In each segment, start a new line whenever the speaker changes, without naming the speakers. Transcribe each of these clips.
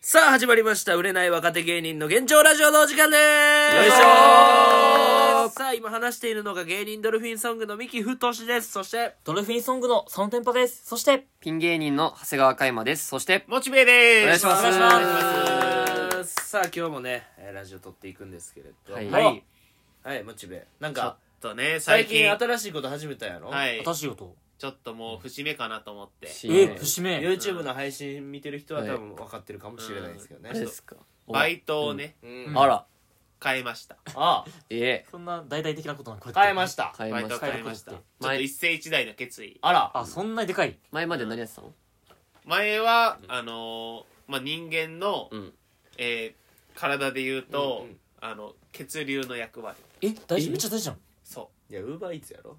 さあ始まりました売れない若手芸人の現状ラジオのお時間で
よい
ー
し
す
ょー
さあ今話しているのが芸人ドルフィンソングの三木太志ですそして
ドルフィンソングのそのテンパです。そして、
ピン芸人の長谷川海馬です。そして、
モチベーでーす。
お願いします
お願いし
さあ今日もねえーラジオ撮っていくんですけれども
はい
はい、はい、モチベなん
ちょっ
か
とね、
最
最
近
近、
新しいこと始めたやろ、
はい。
私よと。
ちょっともう節目かなと思って。
し
え、節目。
YouTube の配信見てる人は多分分かってるかもしれないですけどね、
あれですか
バイトをね、
うん
あら、
変えました。
あ
え
そんな大々的なことなんこれって
変えました
え、買い
バ
まし
イトを
た。
変えました。ちょっと
前
一世一代の決意。
あら
あ、そんなでかい。
前まで何やってたの
前は、あのー、まあ、人間の
う、ん。
えー、体で言うと
うんうん、
あの、血流の役割。
え、大
え
事めっちゃ大事じゃん。
そ
いやウーバーイーツやろ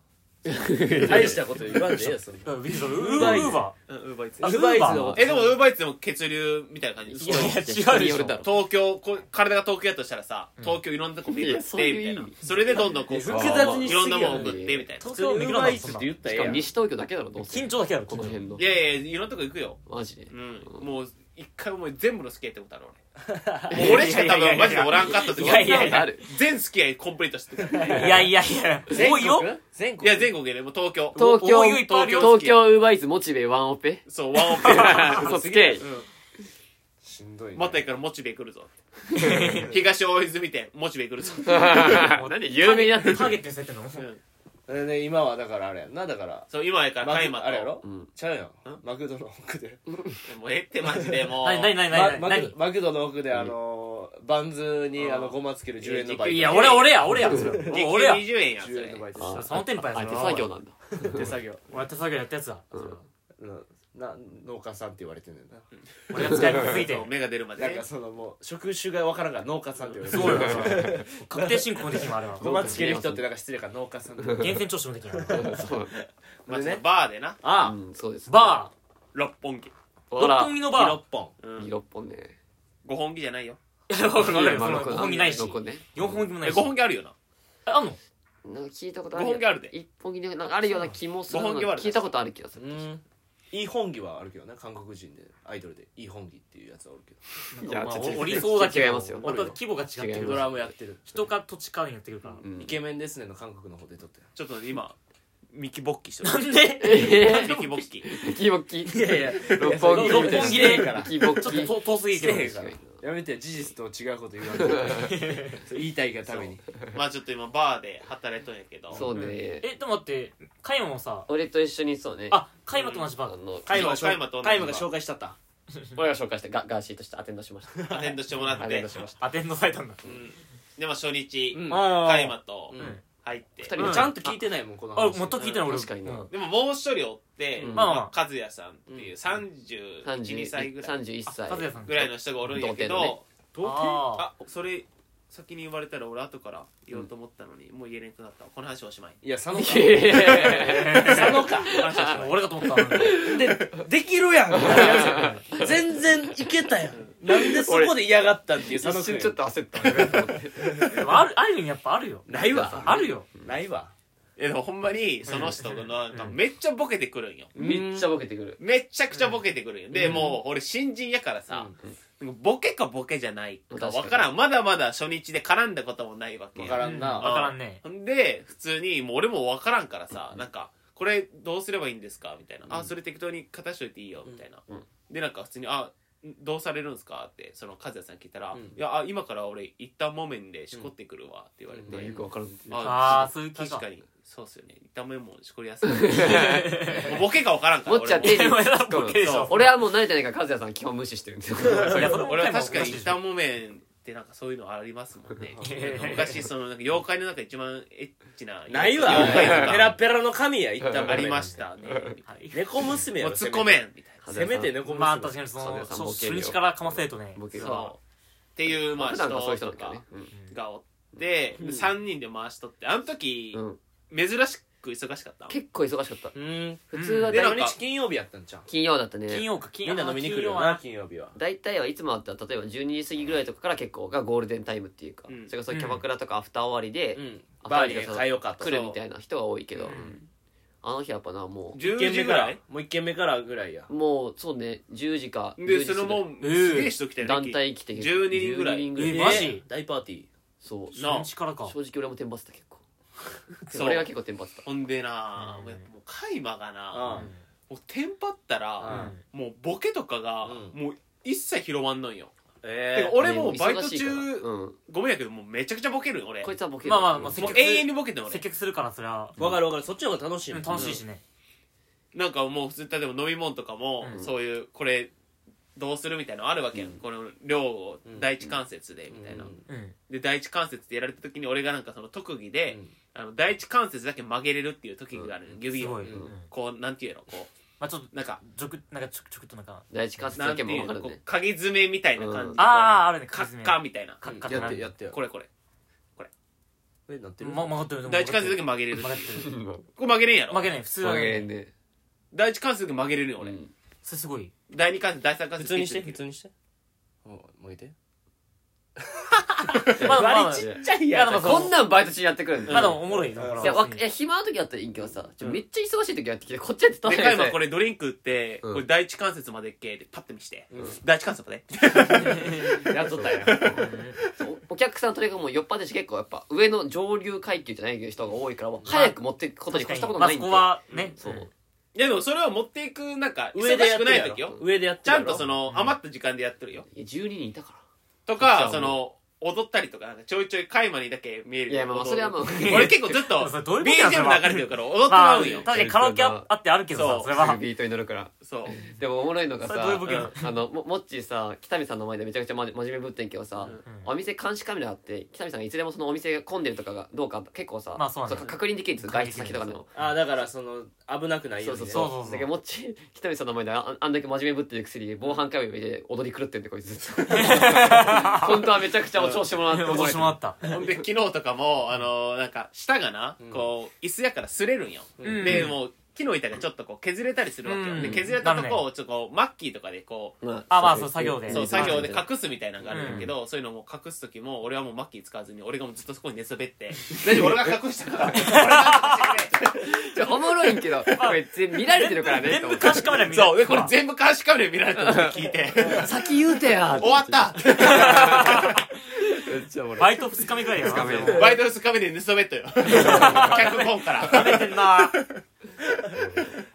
大したこと言わんでええよそれ
ウ
ウ
ー
ーバ
バ
ーイーツ
ーウーバ
う。ウーバーイーツ
あ
ウ
ウ
ー
ー
バーイーツ
バーイーツ
の
の
え、でもウーバーイーツでも血流みたいな感じです
いやいや違うでしょ
人によるだろ
東京こう体が東京やとしたらさ東京いろんなとこ巡って
いやそういう
みたいな
意味
それでどんどんこう
いや複雑にしすぎ
い
やろ
ろんなもん送ってみたいな
東
普通に
京
ウ
巡
ー
ら
バー
な
イ
い
ー
と
ツっ
そんな
て言ったらええ
しかも
やん
西東京だけだろ、どうせ。
緊張だけやろ、
こ
こ
の
の辺。
辺の
い。やいやいろんなとこ行くよ
マジで
う。んもう一回もう全部の好き合いってことある俺 俺しか多分マジでおらんかったってこと
いやいやいや
ある。
全好き合いコンプリートしてる
いやいやいや、多いよ。
全
いや全国でねもう東京
東
お
京、
お湯いっぱいあ
東
る
京
よ
東京ウーバーイーツモチベワンオペ
そうワンオ ペ
嘘つけ。
しんどいね
また行くからモチベ来るぞ東大泉店モチベ来 るぞ
なんで有名になって
ターゲ
る
ットにされてんの
それで今はだからあれやんなだから
そう今やから
マ
タイ
ク
マ
あれや
と
ろ
うん。
ちゃうやんマクドの奥で
もうええってマジでもう
何何何
ま
何
マク
何
マクドの奥であのーバンズに
うん
あのごまつける10円のバイト
いや、俺俺や、俺や。
時給
俺や。
20円やんそ
10円
れ
のバイ
あ
ト
そのテンパや
あ、
そ
手
れ
作業なんだ。
手作業
俺手作業やったやつだ。
うんな農家さんって言われてんねんな
俺が使いについ て
そう。目が出るまで
なん
ね
かそのもう職種がわからんから農家さんって言われて
す
る
ごいよ。確定申告もできんわ、あれは。
ごまつける人ってなんか失礼か農家さ んって
源泉徴収もできんわ。
そう。
まあ
で
そ
ね
のバーでな
う
あ
ん、そうです。
バ
六本木
ー
ー。
ほ
六
ら
本、木の
あ
バ
6本
うん
6本ね。
五本木じゃないよ
ー。いや、わかるわかる。
まあ
六本木ないし。
六本ね。
四本木もな
え
いし。
五本木あるよな
あんの
なんか聞いたことある。
五本木あるで
一本木で、なんかあるような気もするな。
五本木はある
聞いたことある気がする。
うんいい本気はあるけどね韓国人でアイドルでいい本気っていうやつはおるけ
いや
まあ
ちょっと
おりそうだけど
違いますよ
また規模が違って
違い
く
ど
ま
る
ド
す
ラムやってる
人か土地かにやってくるから
うん
イケメンですねの韓国の方で撮って
ちょっと今ミキボッキして
な
る
んで
え
ミキボッキ
ー、キボキ。
いや いや
六本木
六本木で
キボ
ちょっ
キ。
と遠すぎ
して
る
へんから やめて事実と違うこと言わんと そう言いたいがために
まあちょっと今バーで働いとんやけど
そうね。
えでも待ってカイマもさ
俺と一緒にそうね。
あカイマと同じバー
あ
だ
の、
イマカイマと同じバー
カイマが紹介したった
俺が紹介してガガーシーとしてアテンドしました。
アテンドしてもら
ア
っ
テン
て
ドしました。
アテンドされたんだ
うんでも初日
うん
カイマと
うん
入っ
二
てで
人
う
で
んちゃんと聞いてないもんこの
あ
話
もっと聞いてない俺
確かにな
うん
ももう一人おって
うん
まあ和也さんっていう312歳ぐらい
31
あ
歳。
和也さん
ぐらいの人がおるんやけ
童貞の
ど
あ
あそれ先に言われたら俺後から言おうと思ったのにもう言えれなくなったわこの話はおしまい
いや佐野か
ー
佐野か
この話はおしまい
俺かと思った
でできるやん全然いけたやんなんでそこで嫌がったっていう佐野君
と焦った。
でもあるある意味やっぱあるよ
ないわ
あるよ
ないわ
えでもほんまにその人がなんかめっちゃボケてくるんよ
めっちゃボケてくる。
めちゃくちゃボケてくるんよでもう俺新人やからさ、ボケかボケじゃないか分からんまだまだ初日で絡んだこともないわけ
わからんな
うわからんね
ほんで普通にもう俺も分からんからさ、なんかこれどうすればいいんですかみたいな、あそれ適当に片しといていいよみたいな、
うん
でなんか普通にあどうされるんですかってその和也さん聞いたら
う
「
ん
いやあ今から俺一旦木綿でしこってくるわ」って言われて、
よくわからん。
あーそういう気か
確かにそうっすよね一旦木綿もしこりやすいもうボケが分からんから
もっちゃん
俺
手
も
に突っ込
ボケでしょ
む。俺はもう慣れてないから、和也さん基本無視してるんですよ。
いやそれ
俺は
カイマ
確かに
おしいで
一
しょ
旦木綿ってなんかそういうのありますも んね
うん
昔そのなんか妖怪の中で一番エッチな
ないわ
妖怪とか
ペラペラの神や一旦
ありました ねみたい
猫娘や
なもう
ろ
突っ込めんみたいな
せめて猫娘
まあ確かにそ
そうだ
の
よ
初
ボケ
初
るよ
日からかませるとね
ボケが。
そうっていうまあ
普段
人
からそういう人
と
だから
か
ね。うん
がおって
うん
3人で回しとってあの時
うん
珍しく忙しかった
結構忙しかっ
うん
た。普通は
で
だい
なんか
土日金曜日やったんちゃう
金曜だったね。
金曜か金
みんな飲みに来るよ
あ
な
ー
金曜日は
大体はいつもだったら例えば12時過ぎぐらいとかから結構がゴールデンタイムっていうか、
うん
それこそキャバクラとかアフター終わりで
うん
あ
バーに変えようかと
来るみたいな人が多いけど、
うん
うんあの日やっぱなも
1
10
軒
時
目
ぐ
からら
い
もう1軒目からぐらいや
うもうそうね10時か10
で
時
そ
過
れ
ぎ
も
え
すげえ人来てる
団体来て
12人ぐらい
12人ぐら
え
い
マジ
大パーティー
そう
なあ
初日からか
正直俺もテンパってた結構
そう
俺が結構テンパってた
ほんでな、
うん
もうやっぱもう海馬がな、
あ
もうテンパったら、もうボケとかが、
う
もう一切広まんのんよ、て
え
か俺もうバイト
忙しいから
中
うん
ごめんやけどもうめちゃくちゃボケるん俺
こいつはボケる
まあまあまあ
もう永遠にボケてん
接
俺
客するからそれは
ーわかるわかるそっちの方が楽しいもん
楽しいしね
なんかもう普通に例えば飲み物とかも、
うん
そういうこれどうするみたいなのあるわけやん、この量を第一関節で
うん
みたいな、
うん
うん
で第一関節でやられた時に俺がなんかその特技で、
うん
あの第一関節だけ曲げれるっていう特技があるの、指
す
を
ごい
うん
うん
こうなんていうのこ
まあちょっと
うなんか
ちょくなんかちょくちょくっとなんか
第一関節
な
だ
んて
けも
いう
分か
の
る
こ
ね
う鍵爪みたいな感じで
あああるね
カ
カ
ッ
ッ
カ
カ
みたいな
カッカ
やってや
っ
ってよ
これこれ
えなって
て
る
ま曲がってる
第一関節だけ
曲
曲げれるこ
がってる
れ曲げれんやろ
曲げない普通は
曲げれ
ね
んね
第一関節だけ曲げれるよ俺、
うん
それすごい
第二関節第三関節
普通にして
ピ
普
ッて
通にしてもうもういて
まあまあまあ
割りちっちゃい
いや
や
で
ん
も
こんなんバイト中にやってくるんだ
まあでもおもろいなこれはい
やわいや暇な時あったらいいけどさちょめっちゃ忙しい時やってきてこっちやってた
でかいまこ
れ
れドリンクって、
うん
これ第一関節までっけってパッて見して、第一関節まで
やっと ったよそうお客さんとにかくもう酔っ払ってるし結構やっぱ上の上流階級じゃない人が多いからもう早く持っていくことに越したこと
まあ
ない
そ
んで
こはね
そう
いやでもそれは持っていくなんか
上
忙
で
し
やっ
く
てる
ない
や
時よ
ろ上でやって
ち
るや
ゃ
ろ
んとその余った時間でやってるよ
いや12人いたか
と
そ
か
っち
そ
は
の踊ったりとかなんかちょいちょいカイマにだけ見え
ら
る
いやまあまあそれはもう
俺結構ずっと
それどういうことや
BGM
それは
流れてるから踊って
ま
ま
あ
うんよ
確かにカラオケああってあるけど
そう
さそれ
す
は
ぐビートに乗るから
そう
でもおもろいのが
それどういう
さ
ボケなの
あのももっちーさ北見さんの前でめちゃくちゃま真面目ぶってんけどさ、
うん
お店監視カメラあって北見さんがいつでもそのお店が混んでるとかがどうか結構さ、
まあそうなんだよ
か確認できるんですよ外出先とかでも
あだからその危なくない
そ
よ
う
うに
そう
ね
そう
そうだけどもっち北見さんの前でああんだけ真面目ぶってるくせに防犯カメラ見て踊り狂ってんでこいつ ずっと本当はめちゃくちゃお調子もらって
おもしもあった
ほんで昨日とかもあのなんか舌がな、こう椅子やから擦れるんよ、
うん
でもう木の板がちょっとこう削れたりするわけよ、
うん
で削れたと
なる
こを
ね
ちょっとこうマッキーとかでこう
あまあそう作業で
そう
うん
作業で隠すみたいなのがあるんだけど、そういうのも隠す時も俺はもうマッキー使わずに俺がもうずっとそこに寝そべって「大丈夫俺が隠したから 俺が隠してくれ」
おもろいんけどこれ全見られてるからね
全
と
部
思
監
って
視カメラ見る
そうでこれ全部監視カメラで見られてるって聞いて
先言うてや
終わった
めっちゃおもろい
バイト2日目ぐらいやな
二日目
バイトの2日目で寝そべったよ脚本から
食べてんな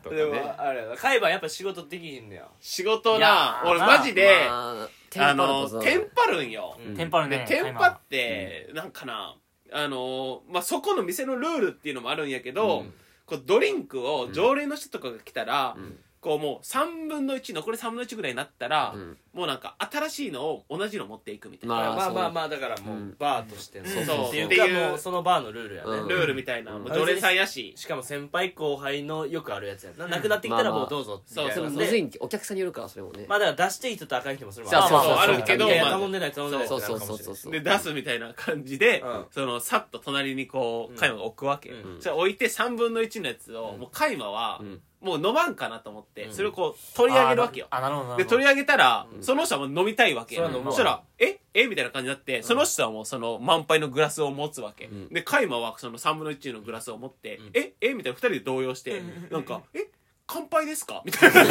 とか
でも
ね
あれや海馬やっぱ仕事できひんのや
仕事
いや
な
ー
俺マジで、
まあテンパ
あ
ると
の
さ
テンパるんよ、
うん
テンパるね
でテンパって、なんかなあのーまあそこの店のルールっていうのもあるんやけど、
うん
こうドリンクを常連の人とかが来たら、
ん
こうもう3分の1残り3分の1ぐらいになったら、
うん
もうなんか新しいのを同じの持っていくみたいな、
まあ
まあ
そう
まあまあだからも
う
うんバーとしての
うんそう
ってい
って
う
い
か
う
もうそのバーのルールや
うん
ね
ルールみたいな、
うん
もう常連さんやし、
しかも先輩後輩のよくあるやつやんななくなってきた
ま
ら
あまあ
もうどうぞみたいな
そう
でも
で
むずいんお客さんによるからそれもね
まあだから出していい人とあかん人もそれも
そうそう
まま
そうあるけど
いやいや
まあ
頼んでない頼んでない
そうそうそうそうそう
で出すみたいな感じで、
うん
そのさっと隣にこう
うん
カイマが置くわけ、
うん
それ置いて3分の1のやつを、もうカイマは、
うん
もう飲まんかなと思って、
うん
それをこう取り上げるわけよ
あなるほどなるほ
で
ど
取り上げたら、その人はもう飲みたいわけ
そ
そ
れは飲むわ
したら「ええみたいな感じになって、その人はもうその満杯のグラスを持つわけ、
ん
でカイマはその3分の1のグラスを持って「ええみたいな2人で動揺して、なんか「え乾杯ですか?」みたいな
違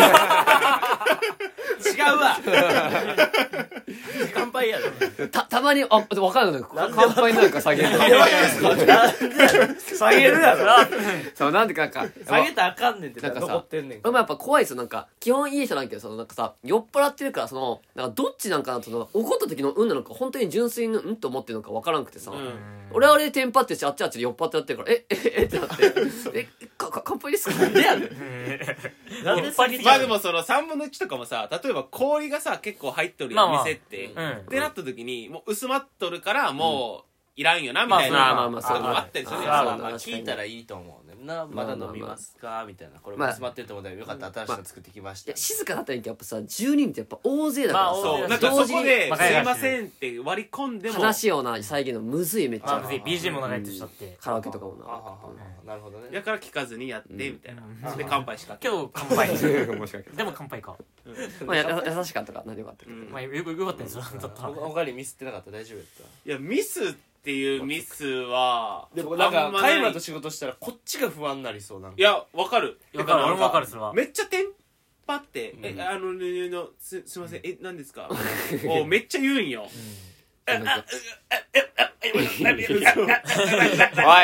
うわ乾杯やろ
たたまにあ分かんない乾杯なんか下げる
下げるやろ
そうなんでかなんか
下げたらあかんねんって
なんかさ
残ってんねん
まあやっぱ怖いですよなんか基本いい人なんだけどそのなんかさ酔っ払ってるからそのなんかどっちなんかなその怒った時の運なのか本当に純粋にうんと思ってるのか分からんくてさ、
うん
俺はあれでテンパってしあっちあっちで酔っ払ってやってるからええええってな ってえかか乾杯ですか
でやねんなんで下げち
ま
ゃ
あ
う
で
の
もその3分の1とかもさ例えば氷がさ結構入っとる
ま
や
あ
ん、
まあ
店って、
うん
うん
ってなった時にもう薄まっとるからもういらんよなみたいな、
まあ
まあまあまあ
のもあったりするやん
まあ
そ
ま
うだ
あまあ
確かに
聞いたらいいと思うねんなまだ飲みますかみたいなこれも
まあ
詰まってると思うんだけどよかったら新しいの作ってきまし
い
た
や静かだったんやけどやっぱさ10人ってやっぱ大勢だから
まあ
そうな
大勢
ん
だ
さ
し
かそこで「
同時に
すいません」って割り込んでも
話をな再現のむずいめ っち
まあ
ゃ
別に BGM も流れてしちゃって
カラオケとかも
あはは
な
はなるほど
だ
ね
から聞かずにやってみたいな、
うん
で乾杯しかけ
けど乾杯でも乾杯か
まあや優しかったから何よかったけど
うん
まあよくよかったですよだったら
他にミスってなかった大丈夫やっ
いやミスっっていうミスは
でもなん
あ
か
んまない
大麻と仕事したらこっちが不安になりそうなんか
いやわかる
わかる俺もわかるそれは
めっちゃテンパって「
う
え
ん
あのねねのすすいませんえ何ですか?」をめっちゃ言うんよ
お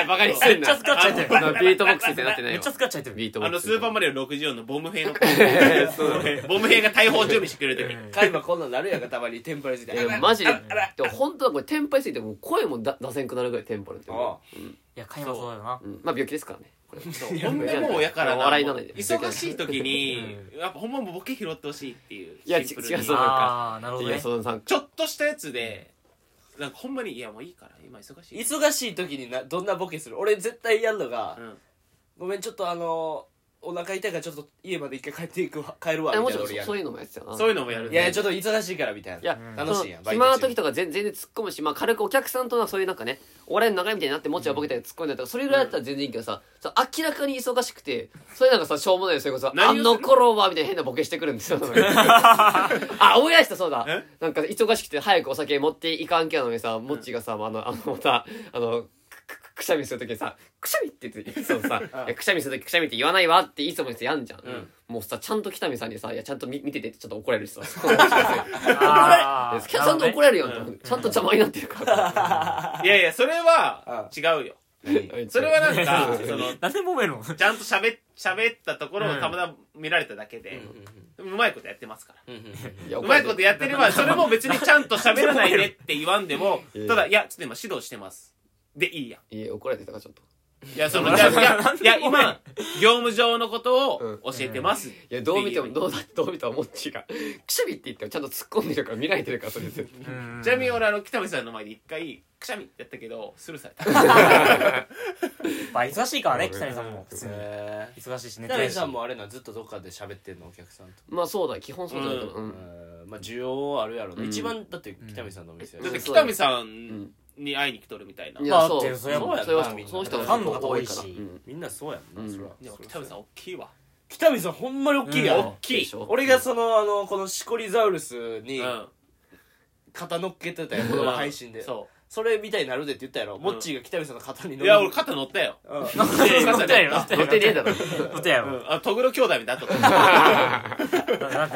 いバカにしてんな
めっちゃ使っちゃって る
あのビートボックスってなってない
めっ
よ
ちゃ使っちゃってる
ビートボ
あ
ッ
の
クス
スーパーマリオ64のボム兵の
そうだ
ボム兵が大砲準備してくれる時
うん
大麻こんなんなるやんかたまにテンパりすぎて
いやマジででも本当だこれテンパりすぎてもう声もだ出せんくなるぐらいテンパるって
ああ
いや会話そうだよな
うんまあ病気ですからねこれ
そうほんまもうやからな
笑いなのに
忙しい時にやっぱほんまもうボケ拾ってほしいっていう
いや
シンプル
ち違う
に
そう
ああーなるほど
いや
ね
そのなんか
ちょっとしたやつでなんかほんまに「いやもういいから今忙しい」
忙しい時になどんなボケする俺絶対やるのが、
うん
ごめんちょっとあのお腹痛いからちょっと家まで一回帰っていくわ帰るわ
えも
みた
ち
いな
ろん
俺や
そう
る
いうのもやってたよな
そういうのもやる
いやちょっと忙しいからみたいない
や、
楽しいやん
その
バイ
暇
ト
な
中
時とか全全然突っ込むし、まあ、軽くお客さんとのそういうなんかねお笑いの流れみたいになってもちろんボケたり突っ込んだりとかそれぐらいだったら全然いいけどさ、さ明らかに忙しくてそれなんかさしょうもないよそれこそ
何を
あ
する
の頃はみたいな変なボケしてくるんですよ あ思い出したそうだ
え
なんか忙しくて早くお酒持っていかんけなのにさもっちがさ、あのあのまたあのくくくしゃみするときにさ「くしゃみ」って言ってそう さいやくしゃみするときくしゃみって言わないわっていつもやんじゃん、もうさちゃんと北見さんにさ「いやちゃんと見見てて」ってちょっと怒られ るしさ
あー
ちゃんと怒
なる
られるよ、ん、ちゃんと邪魔になってるから
いやいやそれは違うよ それはなんかその
ほどねなんで揉めるの
ちゃんと喋っ喋ったところ
う
を
ん
たまたま見られただけで、うまいことやってますから。
いや
うまいことやってれば、それも別にちゃんと喋らないでって言わんでも
ええ、
ただ、いや、ちょっと今指導してます。でいいや
いや怒られてたからちょっと
ん。いや、その、いや、いやいや
なんでもね
今、業務上のことを教えてます。
いやどう見てもど
う
うだどう見てもモッチーがくしゃみって言ってもちゃんと突っ込んでるから見られてるからそれ絶対
うん
ちなみに俺、あの、北見さんの前で一回、くしゃみってやったけど、スルーされた。
まあ忙しいからね北見さんも普通に
へ
忙しいし
え
ね
北見さんもあれなずっとどっかで喋ってんのお客さんと、
まあそうだ基本そうだけど、
う
うん
うんまあ需要あるやろな、
うん
一番だって北見さんのお店や
だ
し
って、北見さんに会いに来とるみたいな。
い
で
ま
や
あ
そう
だってそれはもう
それは
そうやんな
その人
ファンの方多いし
うん
みんなそうやんな、
うん
そら
も、北見さん、大きいわ。
北見さんほんまに大きいや、
うんん
大き
で
い
し。ょ
俺がそのあのこのシコリザウルス
う
に
ん。
肩乗っけてたやんこの前配信で
そ
それみたいになるでって言ったやろ、モッチーが北見さんの肩に
う。
乗
いや、俺、肩乗ったよ。
うん
乗ってないよ乗ってな
乗
い
ってねえだ ろ
乗ってない
うん
よ
あ、トグロ兄弟みたいになっとった。
なんてなん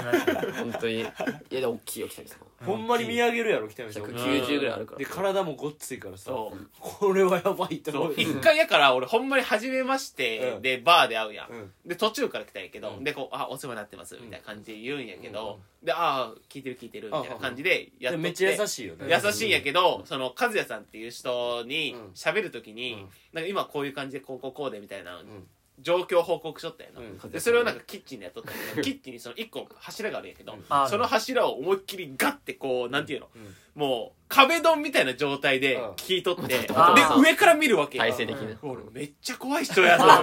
て
本当にいやでも大きいよ北見さん
ほんまに見上げるやろ北見さん
190ぐらいあるから
で体もごっついからさ
そう。
これはやばいと
そ
思
う
う
一回やから俺ほんまに初めまして
うん
でバーで会うや
うんん
で途中から来たんやけど
うん
でこう「あお世話になってます」みたいな感じで言うんやけどで「ああ聞いてる聞いてる」みたいな感じで
で
やっとって
めっちゃ優しいよね
優しいんやけどその和也さんっていう人に
うん
喋るとき
う
に
ん
なんか今こういう感じでこうこうこうでみたいな
うん
状況報告しとったやな
うん
でそれをなんかキッチンでやっとったんや けどキッチンにその一個柱があるんやけど
うん
あー
その柱を思いっきりガッてこうなんていうの
うん
もう壁ドンみたいな状態で
うん
聞いとってで
あー
上から見るわけよ
体勢的な
俺めっちゃ怖い人やと思って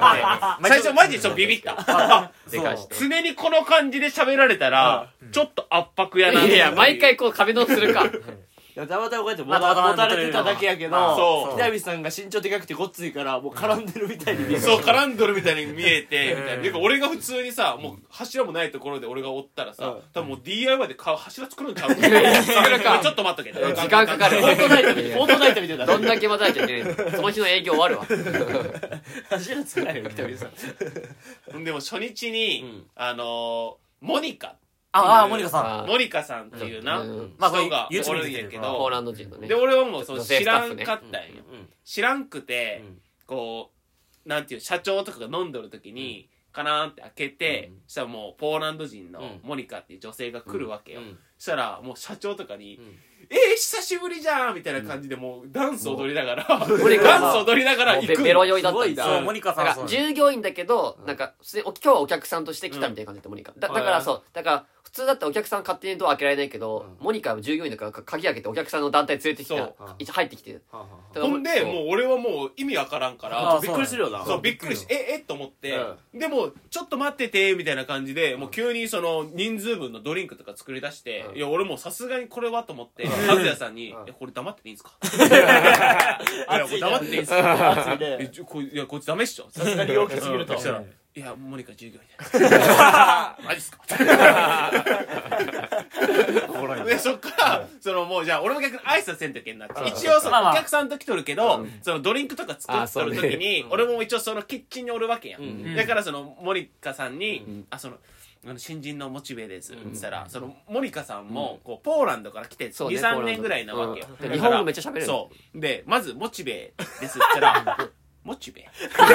最初マジでちょっとビビったあ
でかい人
常にこの感じで喋られたらちょっと圧迫やない
や毎回こう壁ドンするか
いやたまたまこうやっても
またまたま
たれてただけやけど
まあ
そう
北見さんが身長でかくてごっついからもう絡んでるみたいに見える
そう絡んどるみたいに見えてみたい
うん
なで俺が普通にさもう柱もないところで俺がおったらさ
うん
多分もう DIY で顔柱作るんちゃうか
作るか
ちょっと待っとけ時
時間かかるフォートナイトみたい
フォー
な
トナイトみたいだ
どんだけ待たなきゃいけないのその日の営業終わ るわ
柱つかないよ北見さん
でも初日
う
に
ん
あのーモニカ
ああモニカさ
あ
モニカさんっていうな
うん
まあこれ
人がおるんや
YouTube に出て
け
るから
ポー
ど
ランド人のね
で俺はもうその
女性
知
スタッ
ら
フ
ん
ね
かったんよ
うん
知らんくて
うん
こうなんていう社長とかが飲んどる時に、カラーンって開けて、
うん
したらもうポーランド人の
うん
モニカっていう女性が来るわけよ、
うん
したらもう社長とかに「
うん
えー、久しぶりじゃん!」みたいな感じでもう ダンス踊りながら、
モニカは
ダンス踊りながら
も
行
うベ
くの
ベロ酔いだったん
すごい
だ
ん
な
そうモニカさん
な
は
んか
そう
従業員だけどなんか普通にお今日はお客さんとして来たみたいな感じだったモニカだだからそうだから普通だったらお客さん勝手にドア開けられないけどモニカは従業員だからか鍵開けてお客さんの団体連れてき
そ
た
う
一入ってきて
はあはあ
ほんでもう俺はもう意味わからんから
あ
びっくりするよな
そうびっくりしてええと思って、
う
でもちょっと待っててみたいな感じでもう急にその人数分のドリンクとか作り出して、
うん
いや俺もうさすがにこれはと思って和也さんに
うん
「えこれ黙ってていい んすか? 」いやこれ黙ってていいんすか?」
熱い
え
ね
ちょこいいやこいつダメっしょさ
さすがに大きすぎると
そしたら「いやモ ニカ従業員だ」マジっすか?」
おも
らないんだ
で、そっから、そのもうじゃあ、俺も逆に挨拶せんといけんなって。一応そ
まあま
の
あ
お客さんと来とるけど、そのドリンクとか
あそ
作
う
っ
ね
とる時に、俺も一応そのキッチンにおるわけやん。
ん
だからその、モニカさんに、あ、その、あの新人のモチベです。って言ったら、その、モニカさんも、こう、ポーランドから来て、
そう
2、
ねポーラン
3
ド
年ぐらいなわけよ
う。ん
だから
日本語めっちゃ喋れる
そう。で、まず、モチベです。って言ったら、モチベ もう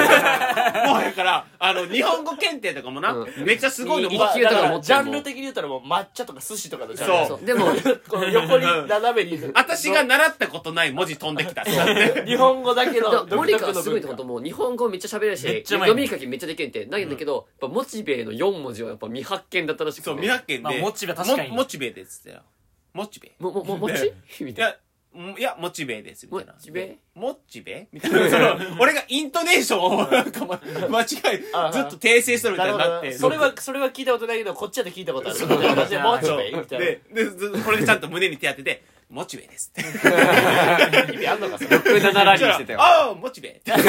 だから、あの、日本語検定とかもな
う、
めっちゃすごいの持
一
っ
級
て
と
だ
か
か
持
ら
っ
ジ
て
ャン
るもん
ル的に言ったらもう抹茶とか寿司とかのジャンル
そう
そうでも
この横に斜めに
私が習ったことない文字飛んできた。
日本語だけの
だからモ
独
ニカ
特
は
の
すごい
文
と
化
こともう日本語めっちゃ喋れるし
めっちゃうまい
読み書きめっちゃできんってなんだけど、やっぱモチベの4文字はやっぱ未発見だったらしくて
そう、宮城県
まあ
で。
モチベ確かに
もモチベですってよ。モチベ。
ももももちみ
い
たいな
や、んいや、モチベです、みたいな。
モチベ
モチベみたいな。 その、俺がイントネーションを、なんか、ま間違い、ずっと訂正しとるみたいになって。
それはそれは聞いたことないけどこっちだって聞いたことあるみたいな感じで
そう
モチ
そう
ベみたいな
で、で、ずこれでちゃんと胸に手当てて、モチベですって。
意味あんのかそれ
67ラリーしてたよ
ああ、モチベ って。
よう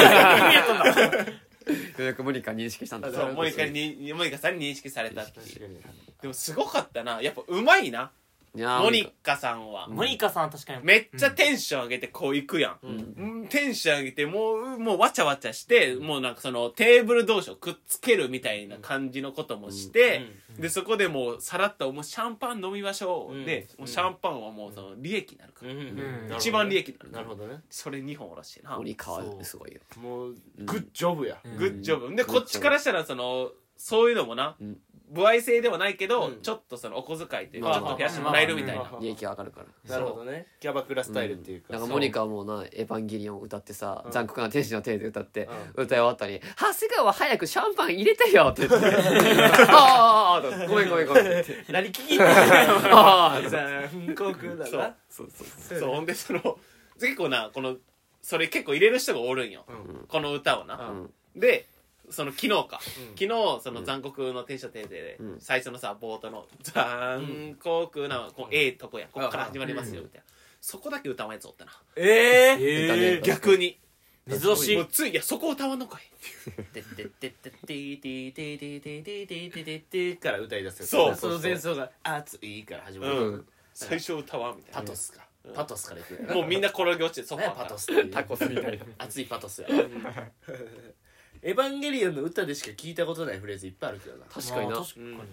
やくモニカ認識したんだ
そう、モニカに、モニカさんに認識されたっていう。でも、すごかったな。やっぱ、うまいな。
いやー
モニカさんは。
モニカさんは確かに
めっちゃテンション上げてこう行くやん。うんテンション上げて、もう、もうわちゃわちゃして、もうなんかそのテーブル同士をくっつけるみたいな感じのこともして、で、そこでもうさらっと、もうシャンパン飲みましょう。
うん
で、もうシャンパンはもうその利益になるから。
うん
一番利益になる
なる
から
ほどね
それ2本おろしてな
モ。ニカ
そ
は
う
すごいよ
もうグッジョブや
うん
グッジョブ。で、こっちからしたらその、そういうのもな
うん、
不愛性ではないけど、
うん
ちょっとそのお小遣いという
ま
か、
あ
ちょっと増やしてもらえるみたいな。
利益上がるから
なるほどねキャバクラスタイルっていうか
なんかモニカはもうな「エヴァンゲリオン」歌ってさ「
うん
残酷な天使の手」で歌って歌い終わったに「長谷川早くシャンパン入れてよ」って言って「あーあーあーごめんごめんごめん」って言って
何聞きた
「あーあー
い航空だ
そう
な
そうそうそう
そう、ほんでその、結構な、この、それ結構入れる人がおるんよ。この歌をな。
うん
で、その昨日か。昨日、その残酷の天使のテーゼで
うん、
最初のさ、冒頭の、残酷な、こう、ええとこやん。こっから始まりますよ、みたいな。そこだけ歌わんやつおったな。
ええ
歌ね
逆に。
珍し
も
いう
つい、いや、そこ歌わんのかい。
てってってってってってっててててててててから歌い出すよ
そう
その前奏が「熱い」から始ま
う
る
ん。最初歌わんみた
パ
い
トスかパトスからいくよ
な。もうみんな転げ落ちて、そこ
ねパト
ス。
スって
タコスみたいな
熱いパトスやエヴァンゲリオンの歌でしか聞いたことないフレーズいっぱいあるけどな
確かにな
まあ確か
うん
な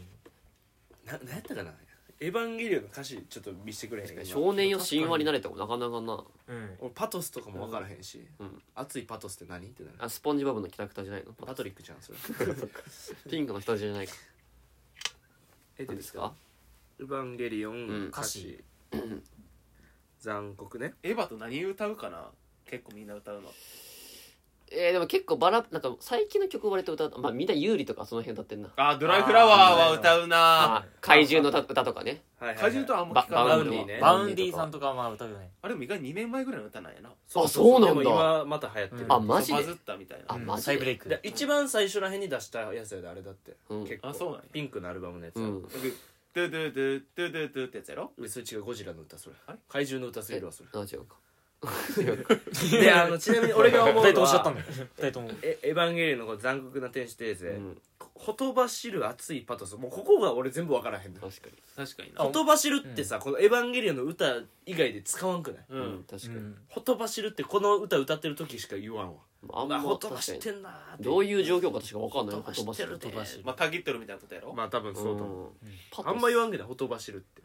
何やったかなエヴァンゲリオンの歌詞ちょっと見せてくれへんか今
少年よ神話になれてもなかなかな
うん
俺パトスとかも分からへんし、
うん
熱いパトスって何ってなる
あスポンジボブのキャラクターじゃないの
パトリックじゃんそれ
ピンクの人じゃないか
え
何ですか
エヴァンゲリオン、
ん
歌詞残酷ね
エヴァと何歌うかな結構みんな歌うの。
えー、でも結構バラなんか最近の曲割と歌うまあみんな有利とかその辺歌ってんな
あ、ドライフラワーは歌うな
あ怪獣の歌歌とかね
はい
怪獣とはあんま
バ
聞か
バ
な
ウ
い
ン
バ
デ
ウ
ィ
ンディ
ね
ね
バウンディさんとかはまあ歌うよね
あれも意外に2年前ぐらいの歌なんやな
あそうなんだ
でも今また流行ってる、
うん
あマジ
バ
で
ズったみたいな
あ
うん
マジで
再ブレイク
だ一番最初らへんに出したやつやであれだって、
うん
結構
あそうなんや
ピンクのアルバムのやつ、
うん
ドゥドゥドゥドゥドゥドゥってやつやろ
それ違うゴジラの歌それ
あれ
怪獣の歌すぎるわそ
あ違うか
れであのちなみに俺が思
二
う
人と
の
もしちゃったん
は
だよ二人とも
えエヴァンゲリオンのこの残酷な天使テーゼ、
うん
ほとばしる熱いパトスもうここが俺全部分からへんの
確かに
確かにな
ほとばしるってさ、この「エヴァンゲリオン」の歌以外で使わんくない
うん
確か
う
に、
ん
ほとばしるってこの歌歌ってる時しか言わんわ
あんま
まあほとば
確か
し
に
てんなーって
どういう状況か確か分かんない
ほとばしてるで
ほとばしる
まあたぎっとるみたいなことやろ
まあ多分そうと思う、
パ
あんま言わんけどほとばしるって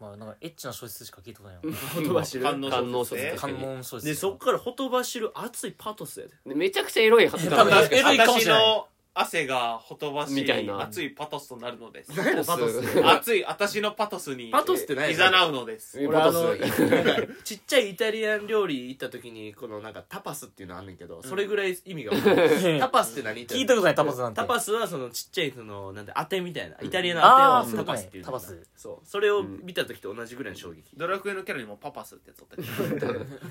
まあなんかエッチな小説しか聞いたことないよ
ほとばしる
観音
観音小
小
説確
説
かに
関門小説
でそっからほとばしる熱いパトスやで
めちゃくちゃエロいはずだ
多分
な
確かにエロいかも
私
しれない
の汗がほとばし
みたい
い
な
熱いパトスとなるのです
何やねんパトスって
熱い私のパトスに
パトスって何や
い
ね
ざ
ん
なうのです
え
俺あ
パトス
のなんか ちっちゃいイタリアン料理行った時にこのなんかタパスっていうのあんねんけどそれぐらい意味が分からんタパスって何って
聞いたことないタパスなんて
タパスはそのちっちゃいそのなんて当てみたいなイタリアの
あ
当
ー
てをタパスっていうのかな
そういうこと
そうそれを見た時と同じぐらいの衝撃
ドラクエのキャラにもパパスってやつおったけど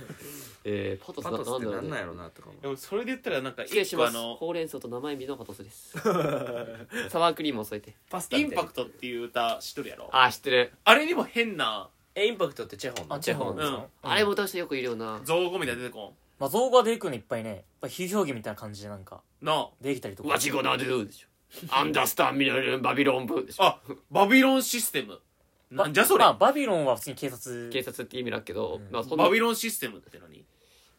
えー、パトス
パ
だ
ト
と
スって
な
なんん
だ
なん
ろうね
やろなとかも
でもそれで言ったらなんか
失礼
一
し
個
ま
あ
す
の
ほうれん草と生エビのパトスです サワークリームを添えて
パス
インパクトっていう歌知っとるやろ
あ知ってる
あれにも変な
えインパクトってチェホン
あチェホンですか
あれも歌う人よくいるよな
造語みたいな出てこ
まあ造語が出てくるのいっぱいねやっぱ比喩表現みたいな感じでなんか
んな
できたりとか
ワチゴナドゥでしょアンダースタンミルルンバビロンブでしょ
ああバビロンシステムなんじゃそれ
まあ、バビロンは普通に警察。
警察って意味だけど、まあそんな
バビロンシステムって何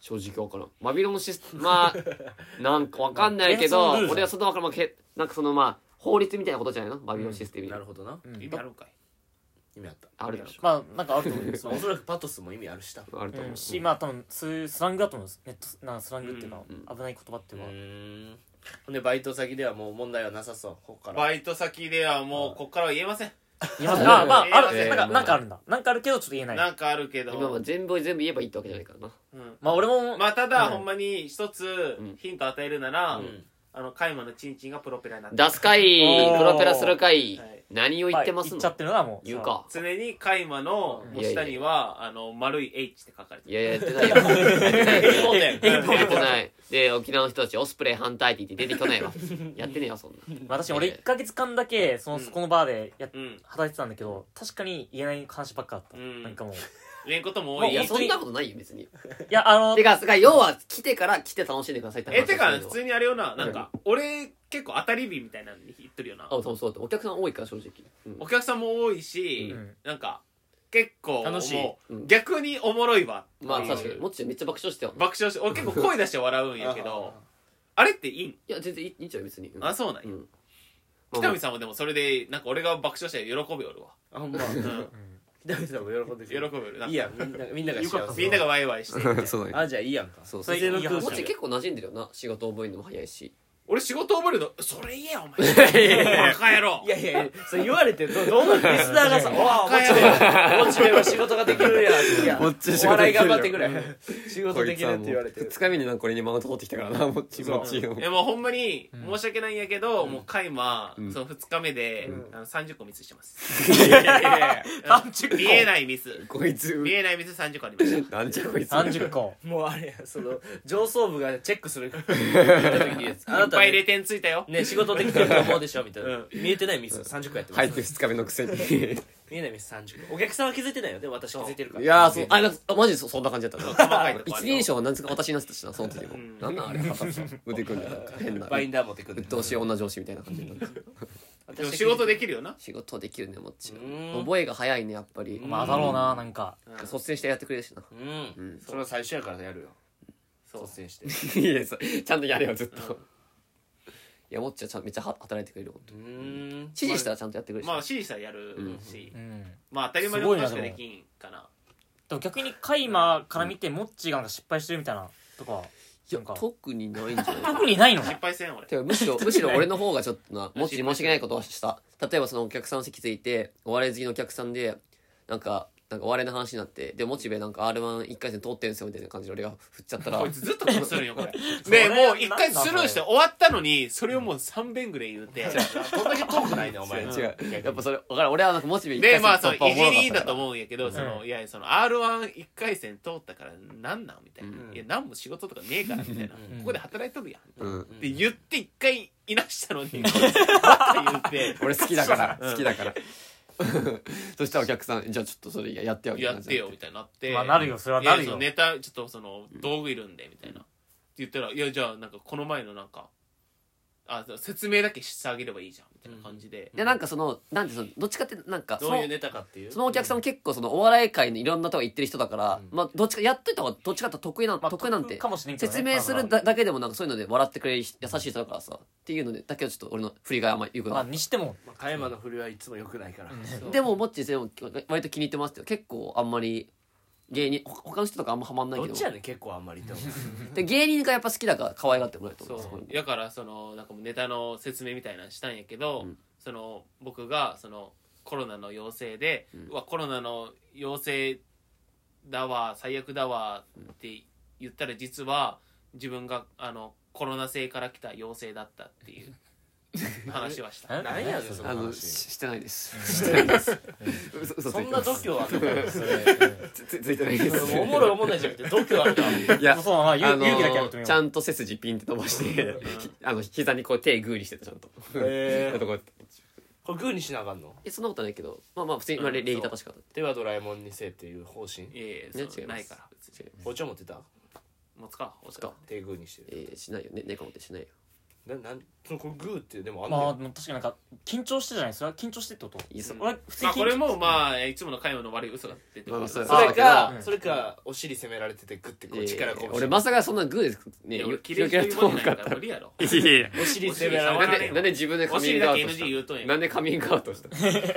正直わからんバビロンシスまあなんかわかんないけど、
まあえそのルール
俺はそんなわからん、まあけなんかそのまあ法律みたいなことじゃないのバビロンシステム、
なるほどな
うん
意味あるんかい
意味あった
あるだろ
まあ、なんかあると思うんです
まあおそらくパトスも意味あるしだ
うあると思う、
うんし、まあ多分、そういうスラングだと思うんです。ネット、なスラングっていうか、
うん
危ない言葉っていうか。
んほんでバイト先ではもう問題はなさそうここから
バイト先ではもうこっからは言えません
今まであ、ま
え
あ、
ー
あ
え
る、
ー
なんか、
まあ
なんかあるんだ。なんかあるけど、ちょっと言えない。
なんかあるけど
今は全部全部言えばいいってわけじゃないからな
うん
まあ、俺も、
まあただ
うん
ほんまに一つヒント与えるなら
ん
あのカイマのチンチンがプロペラになって
出すかい
おー
プロペラするかい、
はい
何を言ってますの、
言っちゃってるのはもう。
言うか
常にカイマの下にはあの丸い H って書かれて
いやいややってないよや
そうね
ってないで沖縄の人たちオスプレイ反対って言って出てこないわやってねえよそんな
まあ。私、俺1ヶ月間だけ、その、
うん
そこのバーでやっ
うん
働いてたんだけど、確かに言えない話ばっかだった。
うん
なんかもう。い
入れんことも多
まあ
い
いや
本当
そん
に
なことないよ別に
や、あ の
て、かてか要は来てから来て楽しんでくださいって話
えてか
をしてる
普
の
通にあれよななんか俺結構当たり日みたいなのに言ってるよな
あそうそうだってお客さん多いから正直、うん
お客さんも多いし、
うん
なんか結構
楽しい
もう
うん
逆におもろいわ
まあ
っていう
確かにもっちめっちゃ爆笑してたよ
爆笑して俺結構声出して笑うんやけどあれっていいん
いや全然いいいいんちゃう別に、うん
あそうなんや、
うん
北見さんもでもそれでなんか俺が爆笑して喜びよるわ、
あほんま
うん、
北見さんも喜んで
喜びよるな
い
んか
いやんみんなみんなが幸せ
みんながワイワイして
そう
あじゃあいいやんか
そう
それ
普通の
いい
空
話
気
もっち結構馴染んでるよな仕事覚えるのも早いし
俺仕事覚えるのそれ言えよお前バカ野郎
いやいやいやそれ言われてど どうなのリスナーがさ「おあ
バカ野
おもちろん仕事ができるやん」いや
もっち仕事できる
お笑
よ
い頑張って くれ仕事できるって言われて
2日目になんかこれにマウント取ってきたからなもっちもっち
郎いやもうほんまに申し訳ないんやけど、もう開幕、その2日目で、あの30個ミスしてます30見えないミス
こいつ
見えないミス30個ありました
なんじゃこいつ
30個。
もうあれやその上層部がチェック する時ですあ
い
な
ったぱいレ
ね
点ついたよ。
ね仕事できてると思うでしょみたいな
うん
見えてないミス30個やってま
入っ
す
て2日目のくせに
見えないミス30個お客さんは気づいてないよでも私気づいてるから
いやーそうあなんかあマジでそそんな感じだった な
細かいとこあ
一
るよ
人称は何ですか私になってたしなその時も
ん
なんなんあれ腹立つ わ腕組んでなんか変な
バイ
鬱
ンダー持ってくる
陶しい女上司みたいな感じになる
でも仕事できるよな。
仕事できるねもっち
うん
覚えが早いねやっぱり
まあ、だろうな、なんか。
率先してやってくれるしな
うんそれは最初やからやるよ率先して
いやそちゃんとやれよずっといやもっちはちゃんめっちゃは働いてくれるよ
うーん
指示したらちゃんとやってくれるし
まあ、指示さやるし
う、ん。
まあ、当たり前のことしかできんかな。
でも逆にカイマから見てモッチーがなんか失敗してるみたいなとか
いや
なんか
特にないんじゃない
特にないの
失敗せん、俺。
てかむしろむしろ俺の方がちょっとなもっちに申し訳ないことをした例えばそのお客さんの席ついてお笑い好きのお客さんでなんかなんかお笑いの話になってでモチベなんか r 1 1回戦通ってんすよみたいな感じで俺が振っちゃったら
こいつずっとこうするんよ、こ れ。
れ
で、もう一回スルーして終わったのに、それをもう3弁ぐらい言うて。
どんだけ遠くないねお前
違うやっぱそれ分からん俺はなんかモチベ一
で、
回
まあ、その、
突破お
い
もろかった
じり
から
だと思うんやけど、その、いや、その、R11 回戦通ったから、なんなんみたいな。いや、なんも仕事とかねえから、みたいな。ここで働いとるやん。
うん
って言って一回いなした のに、こいつまた言うて。
俺好きだから好きだから そしたらお客さんじゃあちょっとそれやってよみたい
や
な感
っ
じ
て
に
よ
な
みたいになって、
まあなるよそれはなるよ
いやのネタちょっとその道具いるんでみたいな、って言ったらいやじゃあなんかこの前のなんかあ説明だけしてあげればいいじゃんみたいな感じで、
でなんかそのなんてそのどっちかってなんかそ
どう
の
いうネタかっていう
そのお客さんも結構そのお笑い界のいろんなとこ行ってる人だから、まあどっちかやっといた方がどっちかって得意な、
まあ
得意なん
得
て
意かもしれんけどね
説明するだだけでもなんかそういうので笑ってくれるし優しい人だからさっていうのでだけはちょっと俺の振りがあんまよく
ま
な
あ
い、
にしても
まあ、加山の振りはいつも良くないから、そう
でももっちでも割と気に入ってますけど結構あんまり芸人ほ他の人とかあんまハマんない
ど
け
っ
ど
ちやねん結構あんまりって思
で芸人がやっぱ好きだから可愛がってもらえると
そ
思うこ
う
に
だからそのなんかもうネタの説明みたいなのしたんやけど、その僕がそのコロナの陽性で、うわコロナの陽性だわ最悪だわって言ったら実は自分があのコロナ性から来た陽性だったっていう話はした
え
うなんやねんその
あのし
話
してないです してないです嘘嘘つ
そ
い
ん
て
な
ます
度胸あるかそれ
つつついてないです
それおもろいおもんないじゃなくて度胸あるか
いや
そうまあ勇
あの
勇気だけは認めよう
ちゃんと背筋ピンって伸ばして、あの、膝にこう手グーにしてた、ちゃんと。
へー
ちゃんとこうやって
これグーにしなあかんの
え、そんなことないけど、まあまあ、普通に、まあ、礼儀正しかった。
ではドラえもんにせえっていう方針
いやいや
ね
そ
違
う
います
ないから別に
包丁持ってた
持つか持つ
か
か
手グーにしてる
えー、しないよね。猫持ってしないよ。
ななんそのこれグーってでもあん
まあ
の
でも確かになんか緊張してじゃないですか緊張してってこと
いいそ
俺普通
ま
に
あ
緊張
これもまあいつもの会話の悪い嘘が出てく
まあまあ
る
そうや
それか、
うん
それかお尻攻められててグッてこう力こう、
俺まさかそんなグーですね
いや切れ
広げ
る
る
人
と
も
思
い
わ
ない
なか
か
らった
無理やろ
いやいや
お尻攻めら
触
れて
なん
ない
でなんで自分で
お
カミン
尻
グア
だ
ウ
け
ト
NG 言うとん
し
や
たなんでカミングアウトした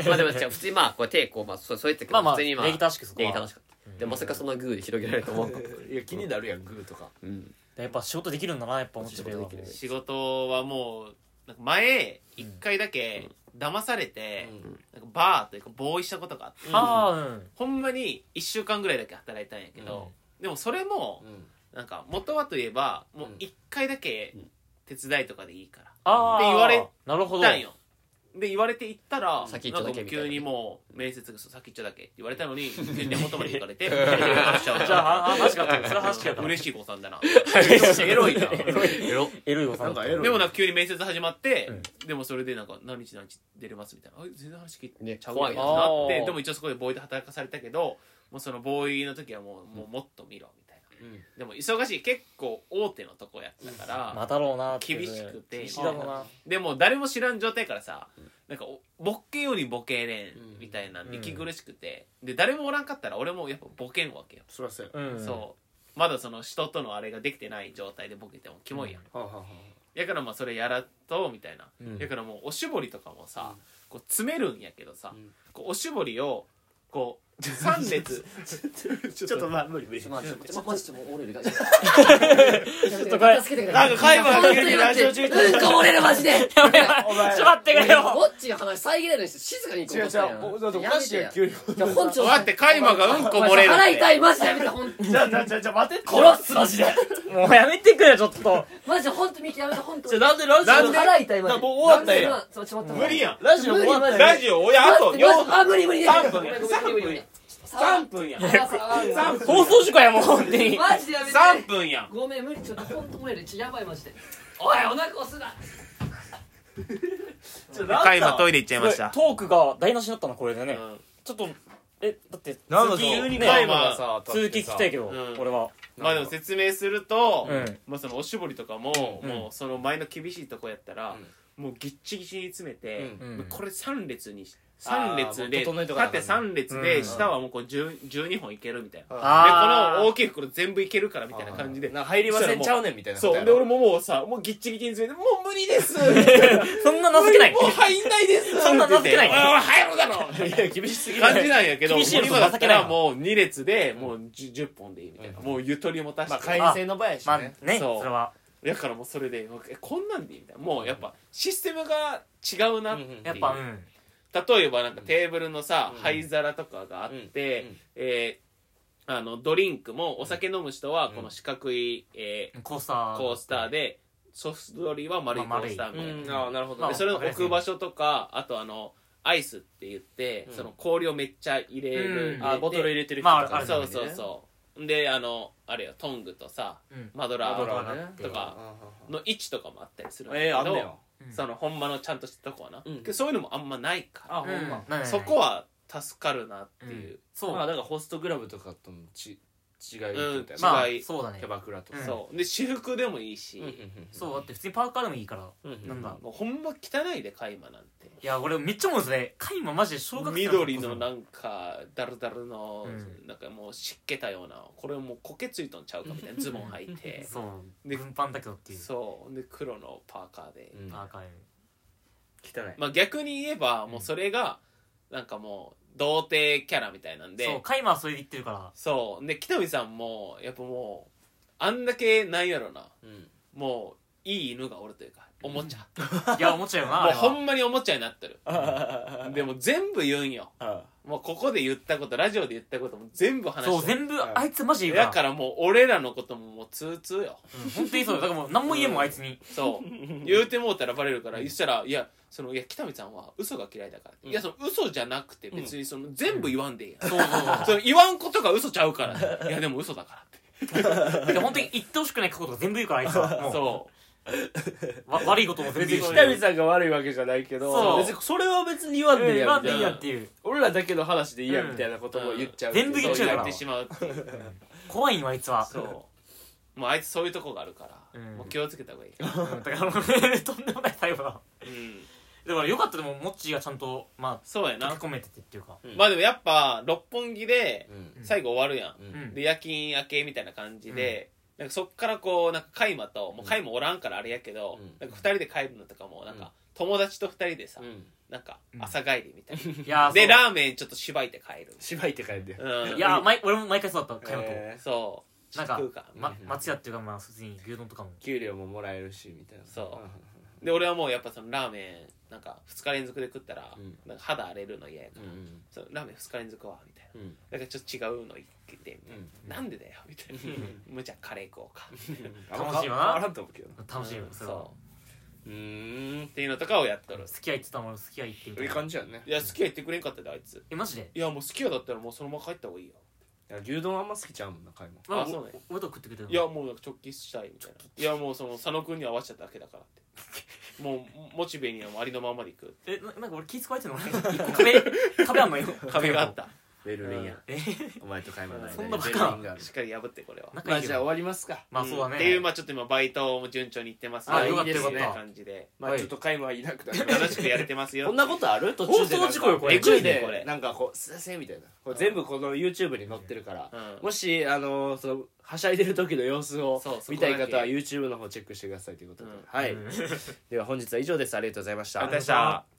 まあでもじゃあ普通にまあこう手こうまあそうそうやって
まあまあ
普通にまあ
礼儀正しくそこ
礼
は
儀正しかったでもまさかそんなグーで広げられると思わなかった
いや気になるやんグーとか
うん
やっぱ仕事できるんだなやっぱ思ってる
仕
よ
事できる
仕事はもうなんか前一回だけ騙されて、なんかバーというかボーイしたことがあって、
ああうん
ほんまに1週間ぐらいだけ働いたんやけど、でもそれも
うん
なんか元はといえばもう
うん
1回だけ手伝いとかでいいから
ああ
って言われ
なる
行
ほ
っ
ど
たんよで言われて行ったら
先行っちょだけ
なん
み
か
たいな
急にもう面接そう先行っちょだけって言われた のに急に根元まで行かれてじゃ
ああ話があったそれは話があった
嬉しい子さんだな
エロいな
エロ
エロいおさ
なんん
だ
かエロい
でもなんか急に面接始まって、でもそれでなんか何日何日出れますみたいなあ全然話聞いて
ね
ちゃう
怖
や
い
ん
な
なって
あー
でも一応そこでボーイで働かされたけどもうそのボーイの時はもう,、もうもっと見ろみたいなでも忙しい結構大手のとこやったから、
またろうなって
厳しくて
厳しいだろうな
でも誰も知らん状態からさなんかおボケよりボケれ
うん
んみたいな
うん
息苦しくて、で誰もおらんかったら俺もやっぱボケんわけよ、
そらそうや
うん
そうまだその人とのあれができてない状態でボケてもキモいやん、
はあはあは
やからまあそれやらっとみたいな、
うん
やからもうおしぼりとかもさ、こう詰めるんやけどさ、
うん
こうおしぼりをこう3列
あちょっとまあ無理無理
ちょっとまマジでもう折れるがちょっ
とこれ
助けてくれ
なんか会話
本
が
当にマジで
ラジオ中に
うんこ折れるマジで
お前ちょっと待ってくれよ
ぼっちの話遮れないし静かに行こうとしたやん
おだっておかしいやん
や
急に
めてや本
こ
庁
うやってカイマがうんこ漏れる
腹
って
痛いマジでやめてほん
じゃあじゃあじゃあじゃあ待てって
殺すマジで
もうやめてくれよちょっと
マジで本当ミキやめて本当
じゃあなんでラジオ
なんで
腹痛いマ
な
ジで
もう終わったやん
なんで今そうちょっと待って
無理やん
ラジオ終わったや
ラ
ん
ジオ親あと
待ってマジあ無理無理
3分
ごめ
や
んごめん無理無理無理
3分やん
3
放送事故やもう本当 に
マジでやめて
3分やん
ごめん無理ちょっと本当無理やでちょやばいマジでおいお腹押すな
カイマトイレ行っちゃいました
トークが台無しになったのこれでね
うん
ちょっとえだって
なんだ
続き
急に
ね
カイマ
さ
続き聞きたいけど
うん
俺は
まあでも説明すると、
うん
まあ、そのおしぼりとかも、
うん
もうその前の厳しいとこやったら、もうギッチギチに詰めて、
うん
もうこれ3列にし3列
あ
で
ーもう整えとかなあかん
縦
ね
3列で、
うん
下はもうこう10 12本いけるみたいな、でこ
あー
の大きい袋全部いけるからみたいな感じで
な入りませんちゃうねんみたいな
そうで俺ももうさもうギッチギチに詰めて「もう無理です! 」
そんな情けない
もう入んないです
そんな情けない
って言っておいおい入ろうだろ
いや厳しすぎる
感じなんやけど
厳しいよ
もう今だ
情
った
けない
らもう2列でもう 10, 10本でいいみたいな、もうゆとりもたして、
まあ会員制の場合やし
まあ
ね
ね
そう
それは
だからもうそれでえこんなんでいいみたいなもうやっぱシステムが違うなっていう
うんうん
やっぱうん
例えばなんかテーブルのさ、
うん
灰皿とかがあって、
うん
えーあのドリンクもお酒飲む人は
ん
この四角い、え
コースター
ーコースターでソフトドリーは丸いコ
まあ
ースターみ
う
たいな、
んああなるほど
まあ
で
ね
それの置く場所とかあとあのアイスって言って、
うん
その氷をめっちゃ入れる、
うん
あボトル入れてる人
ま
とか
あある
そうそうそうであのあれよトングとさ
うん
マドラ
マド
ー
ラーね
とか
あ
の位置とかもあったりするんだけど
えーあんねや
うん
そのほんまのちゃんとしたとこはな、
うん
けどそういうのもあんまないか
うん
ま
ない
ら、
ない
そこは助かるなっていう、
そう
まあだからホストクラブとかとのち違いみたいな
うん
まあ
違い
そうだね
キャバクラとか
ん
そうで私服でもいいし、
そうだって普通にパーカーでもいいから
うんうん
なんか
もうほんま汚いでカイマなんて
いや俺めっちゃ思うんですねカイママジで小学生
緑の
な
なんかだるだるの、
うん
なんかもう湿気たようなこれもうコケついとんちゃうかみたいなズボン履いて
そう
で
軍パンだけどっていう
そうで黒のパーカーで、
うん
パーカーで
汚い
まあ逆に言えばもうそれがなんかもう童貞キャラみたいなんで
そうカイマはそれで言ってるから
そうで北見さんもやっぱもうあんだけなんやろな
うん
もういい犬がおるというかおもちゃ、
いや思っち ゃうよなあ
もう
れは
ほんまにおもちゃになって るでも全部言うんよ
あ
もうここで言ったことラジオで言ったことも全部話して
そう全部あいつマジで言う
だ
か
かららもう俺らのことももう通通よ
うん本当にそうだよだからもう何も言えんもんあいつ に
そう 言うてもうたらバレるから言ったら「いやそのいや北見さんは嘘が嫌いだから」いやその嘘じゃなくて別にその全部言わんでいいやん、
そうそうそう
その言わんことが嘘ちゃうから」いやでも嘘だから」って
で本当に言ってほしくないことが全部言うからあいつはも
そう
うわ悪いことも全部
別に
言うし
北見さんが悪いわけじゃないけど
そう
別にそれは別に言わんでいい
言
やみ
わんで
た
い
い
いや
な
っていう
俺らだけの話でいいやみたいなことも言っちゃう
うん全部言っちゃうか
そ
ら
う言ってしまうっていう
怖いんよあいつは
そう もうあいつそういうとこがあるから、
うん
もう気をつけた方がいい、
うんだからもうねとんでもない最後だ
うん、
でもよかったでもモッチーがちゃんとま
そうや
あ
な
溶け込めててっていうか
まあでもやっぱ六本木で
うん
最後終わるやん、
うん
うん
で夜勤明けみたいな感じで、なんかそっからこうなんか海馬ともう海馬おらんからあれやけど、
うん
なんか2人で帰るのとかもなんか友達と2人でさ、
うん
なんか朝帰りみたいな、
いやー
で
そう
ラーメンちょっとしばいて帰る、
芝居って書いて
うん、
いやー毎俺も毎回そうだった買い物
えー
そう
なんか
食うか、
ま松屋っていうかまあ普通に牛丼とかも
給料ももらえるしみたいな
そ
ん
で俺はもうやっぱそのラーメンなんか2日連続で食ったら、
うん
なんか肌荒れるの嫌やから、
うん
そのラーメン2日連続はみたいな
うん
だからちょっと違うの行ってみたいな、
うん
なんでだよみたいなむちゃカレー食おうか
楽しいわな
あんま変わらんと思うけどな
楽しいよ
うん
そ
そ
れは
うーん
うっていうのとかをやっとる
好き合いって言ったもん好き合いってみた
い
い
い
な
感じやんね
いや好きは言ってくれんかったであいつ
えマジで
いやもう好きやだったらもうそのまま帰った方がいいよ
いや牛丼あんま好きちゃうもんな買い物
ま
あそうね
お俺と食ってくれたの
いやもうなんか直帰したいみたいないやもうその佐野君に合わせちゃっただけだからって もうモチベにはもうありのままでいく
えななんか俺気使われてるの俺一個 壁壁あ んのよ
壁があった
ベルリンや
え
お前と買い物の間に
そんなバカ
ベルリンがある
しっかり破ってこれは
仲
まあ
いい
じゃあ
よ
終わりますか
まあそうだね
んっていうまあちょっと今バイトも順調にいってます
あ
い
よか
い
ったよかった
ですね感じで
まあちょっと買い物はいなくなる
楽しくやれてま す
こ
よ
んなことある途中でなんか
放送事故よこれ
途中
こ
で
れ
なんかこう「すいません」みたいなこれ全部この YouTube に載ってるから、
うん
もしあのそのはしゃいでる時の様子を
そうそこだけ
見たい方は YouTube の方チェックしてくださいということで、
うん
はい、
うん
では本日は以上ですありがとうございました
ありがとうございました